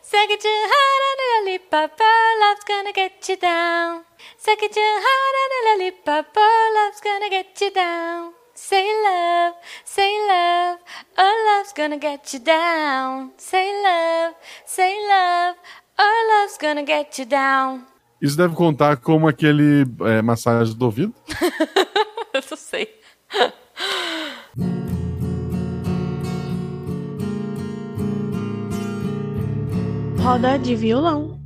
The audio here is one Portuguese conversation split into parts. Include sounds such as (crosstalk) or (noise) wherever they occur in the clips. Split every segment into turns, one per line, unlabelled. Suck it your heart on a lollipop, our love's gonna get you down. Suck it your heart on a lollipop, our love's gonna get you down. Say love, say love, our love's gonna get you down. Say love, say love, our love's gonna get you down.
Isso deve contar como aquele é, massagem do ouvido.
(laughs) Eu não sei.
Roda de violão.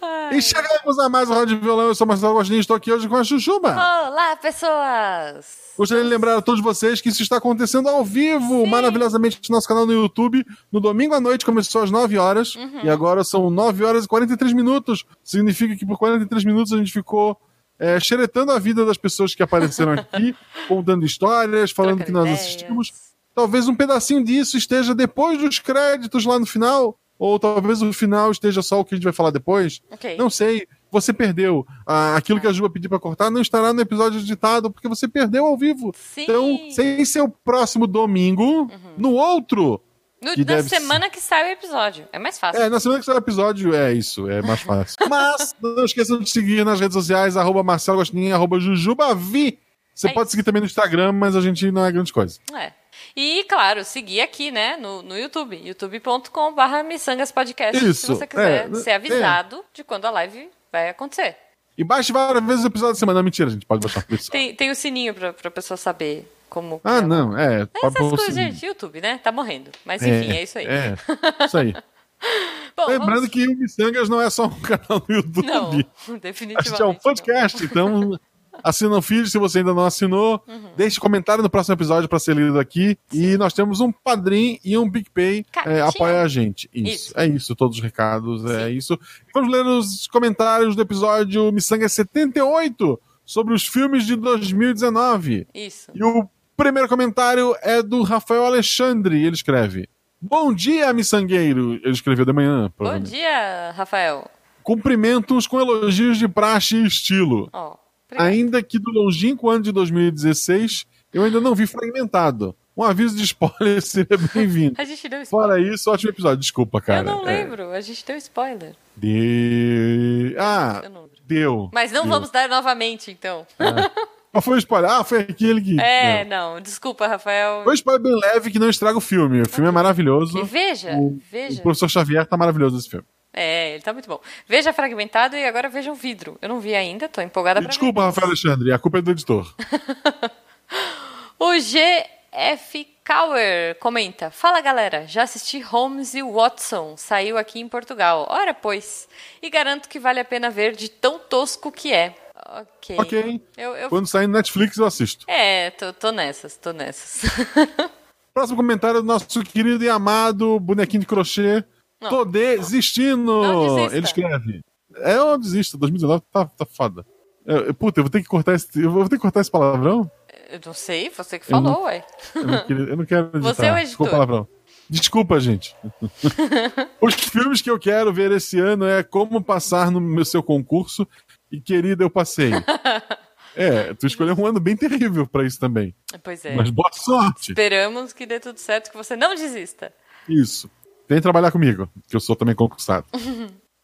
É.
E chegamos a mais um round de violão. Eu sou Marcelo Agostinho e estou aqui hoje com a Chuchuba.
Olá, pessoas!
Gostaria de lembrar a todos vocês que isso está acontecendo ao vivo, maravilhosamente, no nosso canal no YouTube. No domingo à noite começou às 9 horas
Uhum.
e agora são 9 horas e 43 minutos. Significa que por 43 minutos a gente ficou é, xeretando a vida das pessoas
(laughs)
que apareceram aqui, contando histórias, falando
Trocando
que nós
ideias.
assistimos. Talvez um pedacinho disso esteja depois dos créditos lá no final, ou talvez o final esteja só o que a gente vai falar depois.
Ok.
Não sei, você perdeu. Ah, aquilo que a Juba pediu pra cortar não estará no episódio editado, porque você perdeu ao vivo.
Sim. Uhum.
Então, sem ser o próximo domingo, no outro.
No-
que
na
deve
semana que sai o episódio. É mais fácil.
É, na semana que sai o episódio, é isso, é mais
(laughs)
fácil. Mas, não esqueçam de seguir nas redes sociais, arroba Marcelo Gostinho, arroba Jujubavi. Você
É
pode
isso.
seguir também no Instagram, mas a gente não é grande coisa.
É. E, claro, seguir aqui, né, no, no YouTube, youtube.com.br miçangaspodcast, se
Isso,
você quiser
é,
ser
é.
avisado de quando a live vai acontecer.
E baixe várias vezes o episódio da semana. Não, mentira, gente, pode baixar. Isso.
Tem, tem o sininho pra, pra pessoa saber como...
Ah, não, é.
É
pode
Essas
pôr o
coisas,
seguinte.
gente, YouTube, né, tá morrendo. Mas, enfim, é, isso aí.
É, isso aí.
Bom,
Lembrando
(laughs) vamos-
que o Missangas não é só um (laughs) canal no
(laughs)
YouTube.
Não,
A
definitivamente
gente é um podcast, então assina o feed se você ainda não assinou.
Uhum.
Deixe comentário no próximo episódio para ser lido aqui. E nós temos um Padrim e um PicPay é,
Catinha.
apoia a gente. Isso,
Isso.
É isso, todos os recados, é isso. Vamos ler os comentários do episódio Missanga 78 sobre os filmes de 2019.
não. Isso.
E o primeiro comentário é do Rafael Alexandre. Ele escreve: Bom dia, miçangueiro. Ele escreveu de manhã.
Bom
provavelmente.
dia, Rafael.
Cumprimentos com elogios de praxe e estilo.
Ó, obrigada.
Ainda que do longínquo ano de 2016, eu ainda não vi fragmentado. Um aviso de spoiler (laughs) seria bem-vindo.
A gente deu spoiler.
Fora isso, ótimo episódio. Desculpa, cara.
Eu não
É,
lembro, a gente deu spoiler.
de- Ah,
Eu não lembro.
deu.
Mas não
Deu.
vamos dar novamente, então.
Mas foi spoiler. Ah, foi aquele que.
É,
deu.
não, desculpa, Rafael.
Foi spoiler bem leve que não estraga o filme. O filme é maravilhoso.
E veja,
O-
É, veja.
O professor Xavier tá maravilhoso nesse filme.
É, ele tá muito bom. Veja fragmentado e agora veja um vidro. Eu não vi ainda, tô empolgada
E
pra
desculpa, Rafael Alexandre, a culpa é do editor.
ver. O GF Cower comenta: Fala galera, já assisti Holmes e Watson, saiu aqui em Portugal. Ora, pois. E garanto que vale a pena ver de tão tosco que é. Ok.
Ok.
Eu, eu-
Quando sair no Netflix, eu assisto.
É, tô, tô nessas, tô nessas. (laughs)
Próximo comentário é do nosso querido e amado bonequinho de crochê.
Não.
Tô desistindo!
Não desista.
Ele escreve. É, eu desisto. 2019 tá, tá foda. Eu- eu- puta, eu vou ter que cortar esse. Eu vou ter que cortar esse palavrão?
eu não sei, você que
Eu não-
falou, ué.
Eu não, queria- eu não quero editar.
Você é o editor.
Desculpa, palavrão. Desculpa,
(laughs)
gente. Os filmes que eu quero ver esse ano é Como Passar no meu seu concurso e Querida,
(laughs)
eu passei. É, tu escolheu um ano bem terrível pra isso também.
Pois é.
Mas boa sorte.
Esperamos que dê tudo certo, que você não desista.
Isso. Vem trabalhar comigo, que eu sou também
(laughs)
concursado.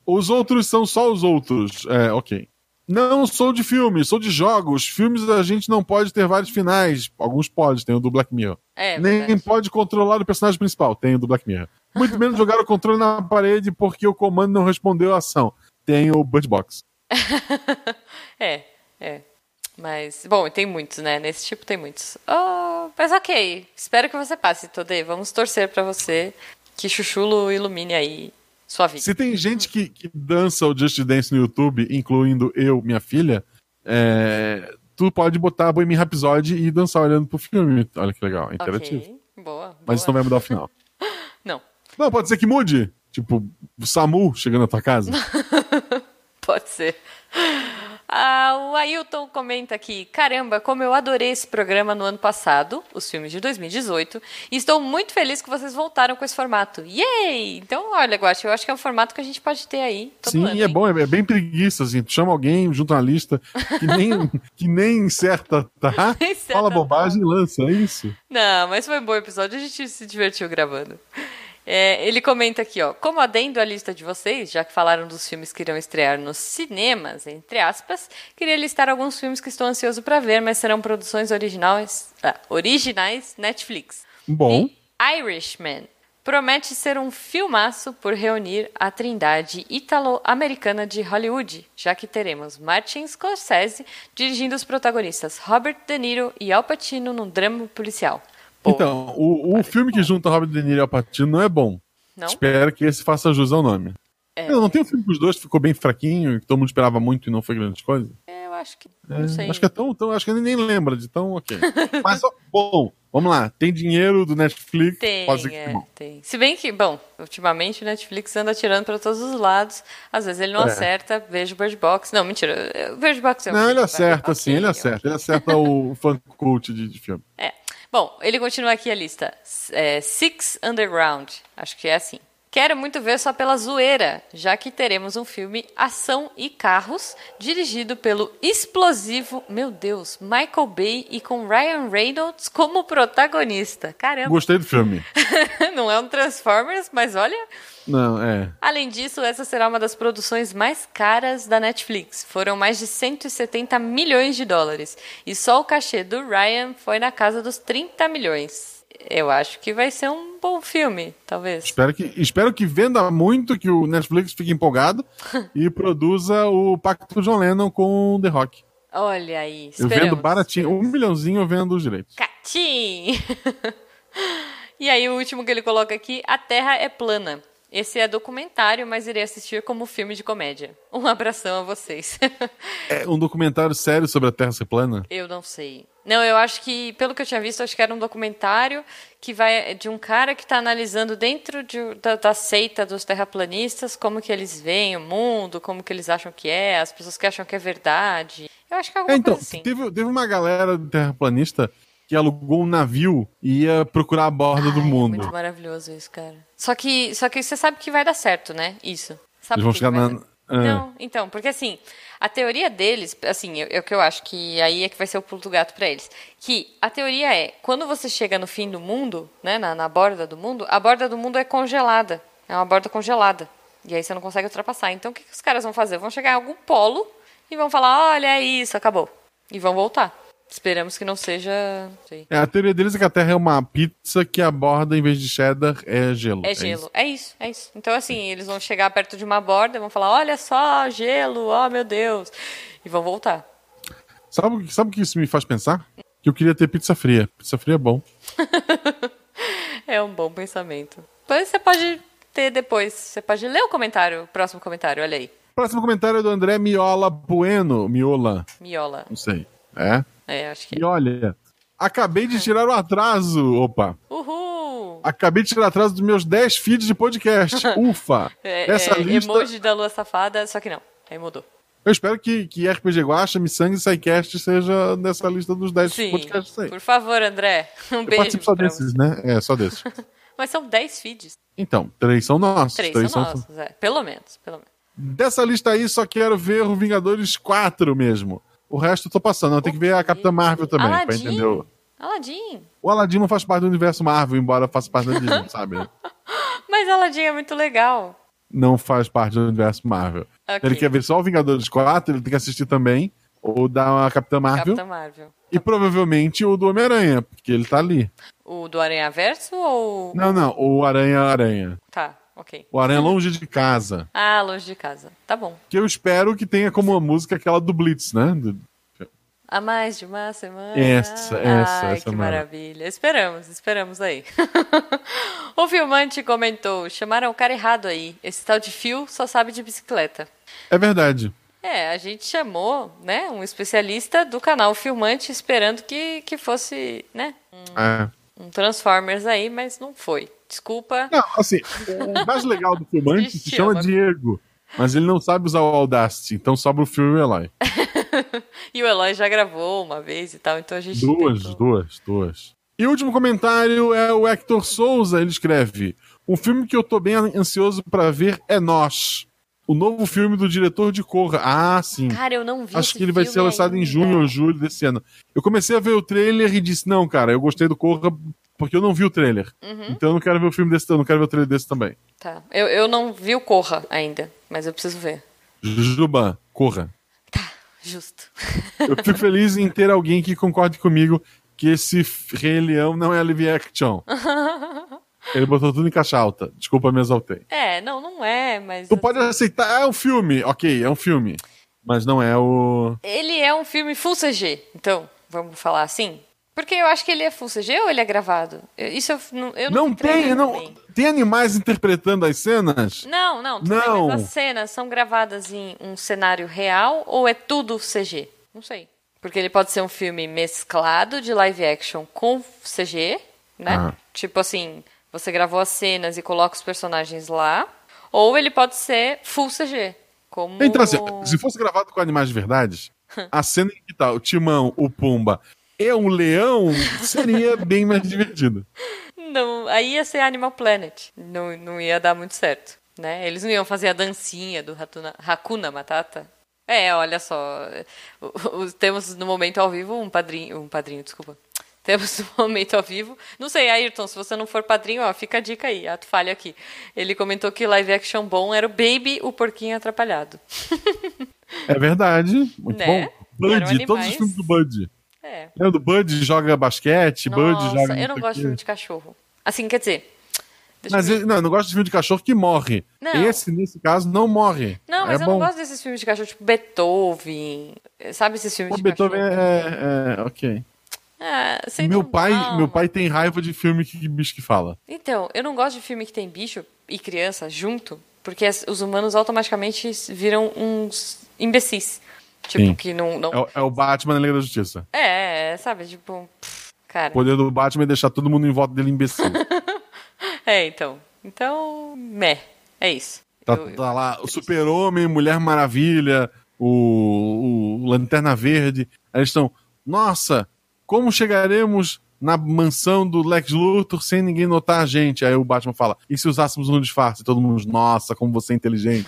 os outros são só os outros. É, ok. Não sou de filmes, sou de jogos. Filmes a gente não pode ter vários finais. Alguns pode, tem o do Black Mirror.
É,
Nem
verdade.
pode controlar o personagem principal, tem o do Black Mirror. Muito menos jogar o controle na parede porque o comando não respondeu a ação. Tem o Bird Box.
É, é. Mas, bom, tem muitos, né? Nesse tipo tem muitos. Ah, mas ok, espero que você passe, Todê. Vamos torcer pra você que Chuchulo ilumine aí sua vida.
Se tem gente que, que dança o Just Dance no YouTube, incluindo eu, minha filha, é, tu pode botar a Bohemian Rhapsody e dançar olhando pro filme. Olha que legal, é interativo.
ok, boa.
Mas isso é- não
boa.
vai mudar o final.
Não,
Não, pode ser que mude. Tipo, o Samu chegando na tua casa.
pode ser. Ah, o Ailton comenta aqui: caramba, como eu adorei esse programa no ano passado, os filmes de 2018, e estou muito feliz que vocês voltaram com esse formato. Yay! Então, olha, Guache, eu acho que é um formato que a gente pode ter aí. Todo
Sim,
ano,
e é
Tá hein?
bom, é, é bem preguiça, assim. Tu chama alguém, junta uma lista
(laughs)
que nem, que nem certa, tá?
Nem certa,
Fala
tá.
bobagem e lança, é isso.
Não, mas foi um bom episódio, a gente se divertiu gravando. É, ele comenta aqui, ó. Como adendo à lista de vocês, já que falaram dos filmes que irão estrear nos cinemas, entre aspas, queria listar alguns filmes que estou ansioso para ver, mas serão produções originais, ah, originais Netflix.
Bom.
E Irishman. Promete ser um filmaço por reunir a trindade ítalo-americana de Hollywood, já que teremos Martin Scorsese dirigindo os protagonistas Robert De Niro e Al Pacino num drama policial. Pô,
Então, o, o filme que junta Robert De Niro e Al Pacino não é bom.
não?
Espero que esse faça jus ao nome.
É.
Não, não tem um filme com os dois que ficou bem fraquinho, que todo mundo esperava muito e não foi grande coisa?
É, Eu acho que. Não sei.
Acho que é tão, tão- acho que ele nem lembra de tão ok. Mas, ó, bom, vamos lá. Tem dinheiro do Netflix,
Tem,
pode ser que
é,
seja bom.
tem. Se bem que, bom, ultimamente o Netflix anda tirando pra todos os lados. Às vezes ele não
É.
acerta, vejo Bird Box. Não, mentira, eu- Bird Box é um
Não,
filme,
ele
vai.
acerta,
Ok,
sim, ele
eu-
acerta. Ele acerta o fan cult de, de filme.
É. Bom, ele continua aqui a lista. S- é, Six Underground, acho que é assim. Quero muito ver só pela zoeira, já que teremos um filme Ação e Carros, dirigido pelo explosivo, meu Deus, Michael Bay e com Ryan Reynolds como protagonista. Caramba,
Gostei do filme.
(laughs) não é um Transformers, mas olha,
Não, é.
Além disso, essa será uma das produções mais caras da Netflix. Foram mais de 170 milhões de dólares. E só o cachê do Ryan foi na casa dos 30 milhões. Eu acho que vai ser um bom filme, talvez.
Espero que, espero que venda muito, que o Netflix fique
(laughs)
empolgado e produza o Pacto John Lennon com o The Rock.
Olha aí,
Eu
esperamos.
vendo baratinho, um milhãozinho eu vendo os direitos.
Catim! (laughs) e aí, o último que ele coloca aqui: A Terra é Plana. Esse é documentário, mas irei assistir como filme de comédia. Um abração a vocês. (laughs)
É um documentário sério sobre a Terra ser plana?
Eu não sei. Não, eu acho que, pelo que eu tinha visto, acho que era um documentário que vai de um cara que está analisando dentro de- um, da, da seita dos terraplanistas como que eles veem o mundo, como que eles acham que é, as pessoas que acham que é verdade. Eu acho que é
É,
alguma
então,
coisa assim.
teve, teve uma galera terraplanista que alugou um navio e ia procurar a borda do
Ai, é
mundo.
muito maravilhoso isso, cara. Só que, só que você sabe que vai dar certo, né? Isso. Sabe
Eles vão
que
chegar
vai
na-
dar-
Ah.
Não, então, porque assim, a teoria deles, assim, é é o que eu acho que aí é que vai ser o pulo do gato pra eles. Que a teoria é, quando você chega no fim do mundo, né, na, na borda do mundo, a borda do mundo é congelada. É uma borda congelada. E aí você não consegue ultrapassar. Então o que, que os caras vão fazer? Vão chegar em algum polo e vão falar, olha, é isso, acabou. E vão voltar. Esperamos que não seja. não sei.
É, a teoria deles é que a Terra é uma pizza que a borda, em vez de cheddar, é gelo.
É gelo. É isso. é isso, Então, assim, eles vão chegar perto de uma borda e vão falar: olha só, gelo, ó meu Deus. E vão voltar. (laughs)
isso. sabe, o que- sabe o que isso me faz pensar? Que eu queria ter pizza fria. Pizza fria é bom.
É um bom pensamento. Mas você pode ter depois. Você pode ler o comentário, o próximo comentário, olha aí.
Próximo comentário é do André Miola Bueno. Miola,
Miola.
não sei. É?
É, acho que.
E olha, acabei de tirar o atraso. Opa,
Uhul!
acabei de tirar o atraso dos meus 10 feeds de podcast.
(laughs)
Ufa!
É,
Essa
é,
lista.
Emoji da lua safada, só que não. Aí mudou.
Eu espero que, que RPG Guacha, Missangue e Psycast seja nessa lista dos 10
Sim.
podcasts é aí.
Por favor, André. (laughs) Um
Eu
beijo.
participo só
pra
desses,
você.
né? É,
(laughs)
só desses.
Mas são 10 feeds.
Então, três são nossos.
Três,
três
são
são-
nossos. é. Pelo menos, pelo menos.
Dessa lista aí, só quero ver o Vingadores 4 mesmo. O resto eu tô passando. Eu tenho que ver a Capitã Marvel também, pra
Aladim.
entender. O,
Aladim.
o Aladdin não faz parte do universo Marvel, embora faça parte
(laughs)
da Disney, sabe?
Mas Aladim é muito legal.
Não faz parte do universo Marvel.
Ok.
Ele quer ver só o Vingadores 4, ele tem que assistir também. Ou da Capitã Marvel.
Capitã Marvel.
E provavelmente o do Homem-Aranha, porque ele tá ali.
O do Aranhaverso ou.
Não, não, o Aranha-Aranha.
Tá, ok.
O Aranha é Longe de Casa.
Ah, longe de casa. Tá bom.
Que eu espero que tenha como uma música aquela do Blitz, né? Do-
Há mais de uma semana.
Essa, essa,
Ai,
essa
que
mesmo.
maravilha. Esperamos, esperamos aí. (laughs) o filmante comentou: chamaram o cara errado aí. Esse tal de Phil só sabe de bicicleta.
É verdade.
É, a gente chamou, né, um especialista do canal Filmante, esperando que, que fosse, né,
É.
um Transformers aí, mas não foi. Desculpa.
Não, assim, o mais legal
(laughs)
do filmante se
Existe,
chama
eu-
Diego. Mas ele não sabe usar o Audacity, então sobra o filme Eloy.
E o Eloy já gravou uma vez e tal, então a gente.
Duas,
tentou.
duas, duas. E o último comentário é o Hector Souza, ele escreve: Um filme que eu tô bem ansioso pra ver é Nós. O novo filme do diretor de Corra. Ah, sim.
Cara, eu não vi
Acho
esse
que ele vai
filme
ser lançado em
ainda.
junho ou julho desse ano. Eu comecei a ver o trailer e disse: Não, cara, eu gostei do Corra, porque eu não vi o trailer.
Uhum.
Então eu não quero ver o filme desse, eu não quero ver o trailer desse também.
Tá. Eu, eu não vi o Corra ainda, mas eu preciso ver.
Jujuba, corra.
Tá, justo.
Eu fico feliz em ter alguém que concorde comigo que esse Rei Leão não é
(laughs)
live action. Ele botou tudo em caixa alta. Desculpa, me exaltei.
(laughs) é, não, não é, mas.
Tu pode aceitar, é um filme. Ok, é um filme. Mas não é o.
Ele é um filme full CG, então, vamos falar assim? Porque eu acho que ele é full CG ou ele é gravado? Eu- Isso eu, não- eu não
Não,
vi trailer
tem, não.
também.
Tem animais interpretando as cenas?
Não, não, tudo bem,
Não.
mas as cenas são gravadas em um cenário real ou é tudo CG? Não sei. Porque ele pode ser um filme mesclado de live action com CG, né?
Ah.
Tipo assim, você gravou as cenas e coloca os personagens lá. Ou ele pode ser full CG. Como.
Então, assim, se fosse gravado com animais
(laughs)
de verdade, a cena em que tá o Timão, o Pumba e um leão seria bem mais divertido.
Não, aí ia ser Animal Planet. Não, não ia dar muito certo, né? Eles não iam fazer a dancinha do Hatuna, Hakuna Matata. É, olha só. o- o- temos no momento ao vivo um padrinho. Um padrinho, desculpa. Temos no momento ao vivo. Não sei, Ayrton, se você não for padrinho, ó, fica a dica aí, ato falho aqui. Ele comentou que live action bom era o Baby, o porquinho atrapalhado.
É verdade. Muito
Né?
bom. Bud,
Eram
todos os
animais.
filmes do Bud.
É.
Lembra do Bud joga basquete, Bud
Nossa,
joga.
eu não
sei o
gosto de
quê.
filme de cachorro. Assim, quer dizer. deixa
Mas
eu-
ele- não, eu não gosto de filme de cachorro que morre.
Não.
Esse, nesse caso, não morre.
Não, mas
é
eu
bom.
não gosto desses filmes de cachorro, tipo Beethoven. Sabe esses filmes
O
de
Beethoven
cachorro?
é, é- Ok.
Ah, sei
meu,
não,
pai,
não.
meu pai tem raiva de filme que que bicho que fala.
Então, eu não gosto de filme que tem bicho e criança junto, porque as- os humanos automaticamente viram uns imbecis. Tipo,
Sim.
que não. não...
É, o- é o Batman na Liga da Justiça.
É, é, sabe? Tipo. pff, Cara.
O poder do Batman é deixar todo mundo em volta dele
(laughs)
imbecil.
É, então. Então. Meh. É isso.
Tá,
Eu- eu-
tá lá o Super-Homem, Mulher Maravilha, o, o Lanterna Verde. Aí eles estão, nossa, como chegaremos na mansão do Lex Luthor sem ninguém notar a gente? Aí o Batman fala, e se usássemos um disfarce? Todo mundo, nossa, como você é inteligente.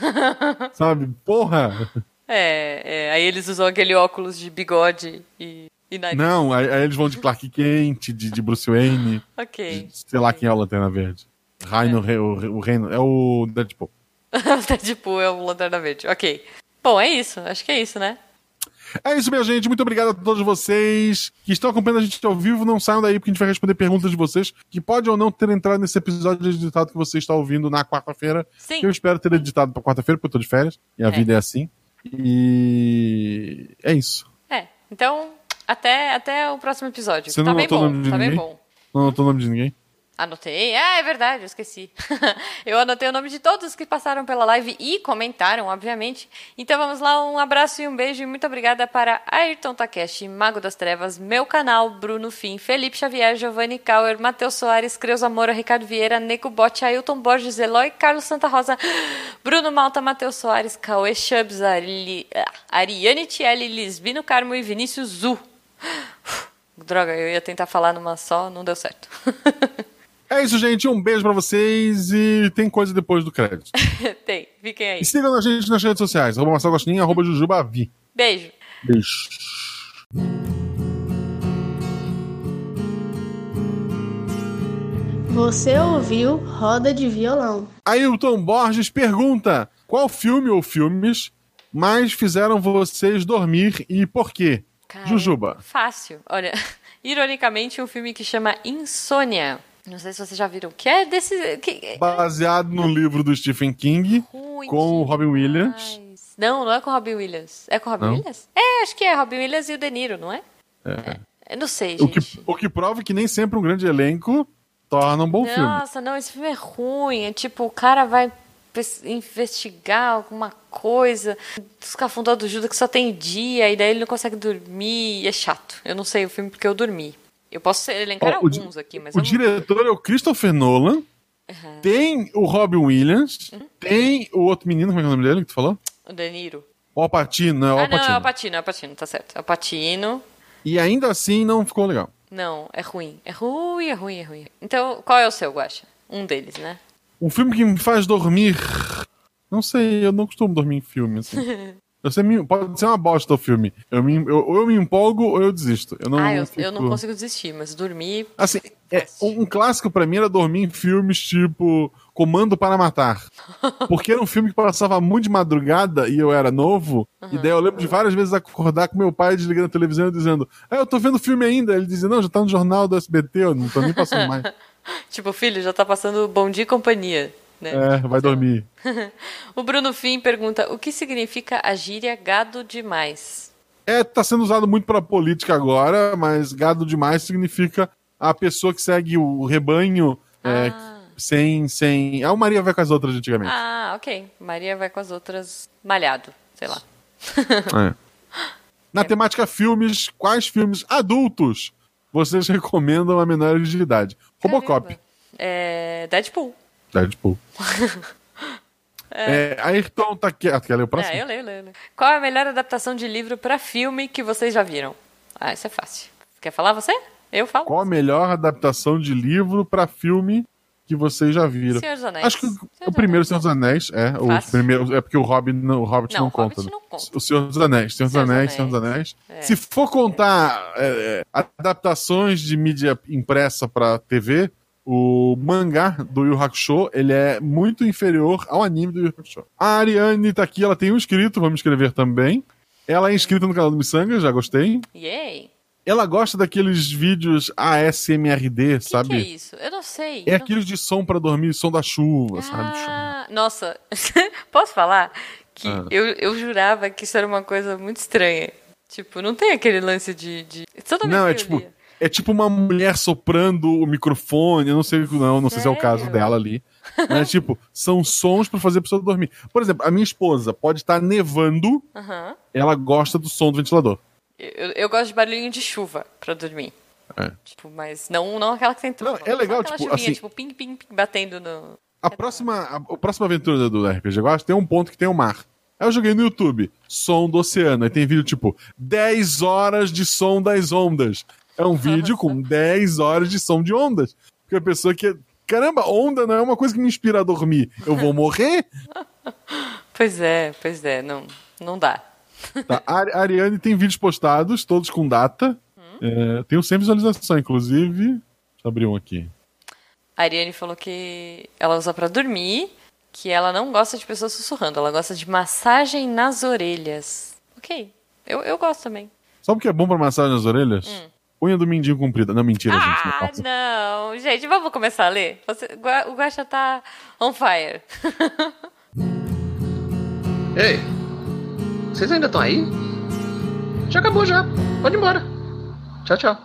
Sabe? Porra!
É, é, aí eles usam aquele óculos de bigode e, e nariz.
Não, aí, aí eles vão de Clark Kent, de, de Bruce Wayne,
Ok.
de- sei lá quem é o Lanterna Verde. Rhino, re- o, o Rhino, é o Deadpool.
(laughs) Tá, tipo, é o Lanterna Verde. Ok. Bom, é isso. Acho que é isso, né?
É isso, minha gente. Muito obrigado a todos vocês que estão acompanhando a gente ao vivo. Não saiam daí, porque a gente vai responder perguntas de vocês que pode ou não ter entrado nesse episódio editado que você está ouvindo na quarta-feira.
Sim.
Que Eu espero ter editado para quarta-feira, porque eu tô de férias. E a
É.
vida é assim. E é isso.
É. Então, até, até o próximo episódio.
Você
tá
não
bem
anotou o
bom.
nome de
Tá bem
ninguém?
bom.
Não anotou o nome de ninguém?
Anotei. Ah, é verdade, eu esqueci. (laughs) eu anotei o nome de todos que passaram pela live e comentaram, obviamente. Então vamos lá, um abraço e um beijo e muito obrigada para Ayrton Takeshi, Mago das Trevas, meu canal, Bruno Fim, Felipe Xavier, Giovanni Kauer, Matheus Soares, Creuza Moura, Ricardo Vieira, Neco Botti, Ailton Borges, Eloy, Carlos Santa Rosa, Bruno Malta, Matheus Soares, Cauê Chubbs, Ari- Ariane Tielli, Lisbino Carmo e Vinícius Zu. (sighs) Droga, eu ia tentar falar numa só, não deu certo. (laughs)
É isso, gente. Um beijo para vocês e tem coisa depois do crédito.
(laughs) Tem, fiquem aí.
E sigam a gente nas redes sociais. Arroba Marcelo Gostinho, arroba Jujubavi.
Beijo.
Beijo.
Você ouviu Roda de Violão.
Ailton Borges pergunta: qual filme ou filmes mais fizeram vocês dormir e por quê?
Cara,
Jujuba.
Fácil. Olha, (laughs) ironicamente, um filme que chama Insônia. Não sei se vocês já viram. Que é desse. Que...
Baseado no livro do Stephen King
Ruim
com o
demais.
Robin Williams.
Não, não é com o Robin Williams. É com o Robin
Não?
Williams? É, acho que é Robin Williams e o De Niro, não é? É. Eu não sei,
O que,
gente.
o que prova que nem sempre um grande elenco torna um bom filme.
Nossa, não, esse filme é ruim. É tipo, o cara vai pes- investigar alguma coisa, escafundou do Judas que só tem dia, e daí ele não consegue dormir, e é chato. Eu não sei o filme porque eu dormi. Eu posso elencar
Ó, o di-
alguns aqui, mas
O
eu não...
diretor é o Christopher Nolan. Tem o Robin Williams.
Hum?
Tem o outro menino, como é que é o nome dele que tu falou?
O De Niro.
O Alpatino, não é o
Ah, não, é o
Alpatino.
Patino, é o Patino, tá certo. É o Patino.
e ainda assim não ficou legal.
Não, é ruim. É ruim, é ruim, é ruim. Então, qual é o seu, Guaxa? Um deles, né? (laughs)
Um filme que me faz dormir. Não sei, eu não costumo dormir em filme, assim. Eu sei, me- pode ser uma bosta o filme. Eu me, eu, ou eu me empolgo ou eu desisto. Eu não,
ah, eu, eu
fico-
não consigo desistir, mas dormir.
Assim, é, um um clássico pra mim era dormir em filmes tipo Comando para
(laughs)
Matar. Porque era um filme que passava muito de madrugada e eu era novo. E daí eu lembro de várias vezes acordar com meu pai desligando a televisão e dizendo: Ah, eu tô vendo filme ainda. Ele dizia: Não, já tá no jornal do SBT, eu não tô nem
(laughs)
passando mais.
Tipo, filho, já tá passando bom dia e companhia. Né?
É, vai dormir.
(laughs) O Bruno Fim pergunta: o que significa a gíria gado demais?
É, tá sendo usado muito pra política agora, mas gado demais significa a pessoa que segue o rebanho é, sem, sem. A Maria vai com as outras antigamente.
Ah, ok. Maria vai com as outras malhado, sei lá. Ah.
É.
É.
Na temática filmes, quais filmes adultos vocês (laughs) recomendam a menores de idade? Robocop.
Caramba. É, Deadpool. (laughs)
Deadpool. É, Ayrton Takeshi. Ah, quer ler o próximo?
É, eu leio, leio, leio. Qual é a melhor adaptação de livro pra filme que vocês já viram? Ah, isso é fácil. Quer falar você? Eu falo.
Qual a melhor adaptação de livro pra filme que vocês já viram?
Senhor dos Anéis.
Acho que o-
Senhor
o
dos
primeiro Senhor dos Anéis é o
Fácil.
primeiro é porque o Hobbit não, o Hobbit
Não,
não,
o Hobbit
conta. né?
não conta.
O Senhor dos Anéis, Senhor dos
Senhor dos É.
Anéis, Senhor dos Anéis. Se for contar é, é, adaptações de mídia impressa pra TV, o mangá do Yu Hakusho, ele é muito inferior ao anime do Yu Hakusho. A Ariane tá aqui, ela tem um inscrito, vamos escrever também. Ela é inscrita no canal do Missanga, já gostei.
Yay!
Ela gosta daqueles vídeos ASMRD,
O que,
sabe?
é isso? Eu não sei.
É
Não-
aqueles de som pra dormir, som da chuva, sabe?
Ah, nossa, (laughs) posso falar que
Ah.
eu, eu jurava que isso era uma coisa muito estranha. Tipo, não tem aquele lance de. de... Toda vez
Não,
que
é
eu
tipo,
lia.
é tipo uma mulher soprando o microfone, eu não sei, não, não sei se é o caso
Sério?
dela ali.
(laughs)
Mas tipo, são sons pra fazer a pessoa dormir. Por exemplo, a minha esposa pode estar nevando,
Aham.
ela gosta do som do ventilador.
Eu, eu gosto de barulhinho de chuva pra dormir.
É.
Tipo, mas não, não aquela que tem
Não,
trovão.
é legal,
Só aquela
tipo,
chuvinha,
assim-
tipo, ping, ping, ping, batendo no.
A próxima, a, a próxima aventura do RPG Guacha tem um ponto que tem o mar. Aí eu joguei no YouTube, som do oceano. Aí tem vídeo tipo 10 horas de som das ondas. É um vídeo com 10 horas de som de ondas. Porque a pessoa que. é, Caramba, onda não é uma coisa que me inspira a dormir. Eu vou morrer?
Pois é, pois é, não, não dá.
Tá, a Ari- a Ariane tem vídeos postados, todos com data. É, tem um sem visualização, inclusive. Deixa eu abrir um aqui.
A Ariane falou que ela usa pra dormir, que ela não gosta de pessoas sussurrando, ela gosta de massagem nas orelhas. Ok, eu, eu gosto também.
Sabe o que é bom pra massagem nas orelhas? Unha do mindinho comprida. Não, mentira, gente. Não é
Ah,
faço.
não. Gente, vamos começar a ler? Você- Gua- o Guaxa tá on fire. (laughs)
Ei, vocês ainda estão aí? Já acabou já. Pode ir embora. Tchau, tchau.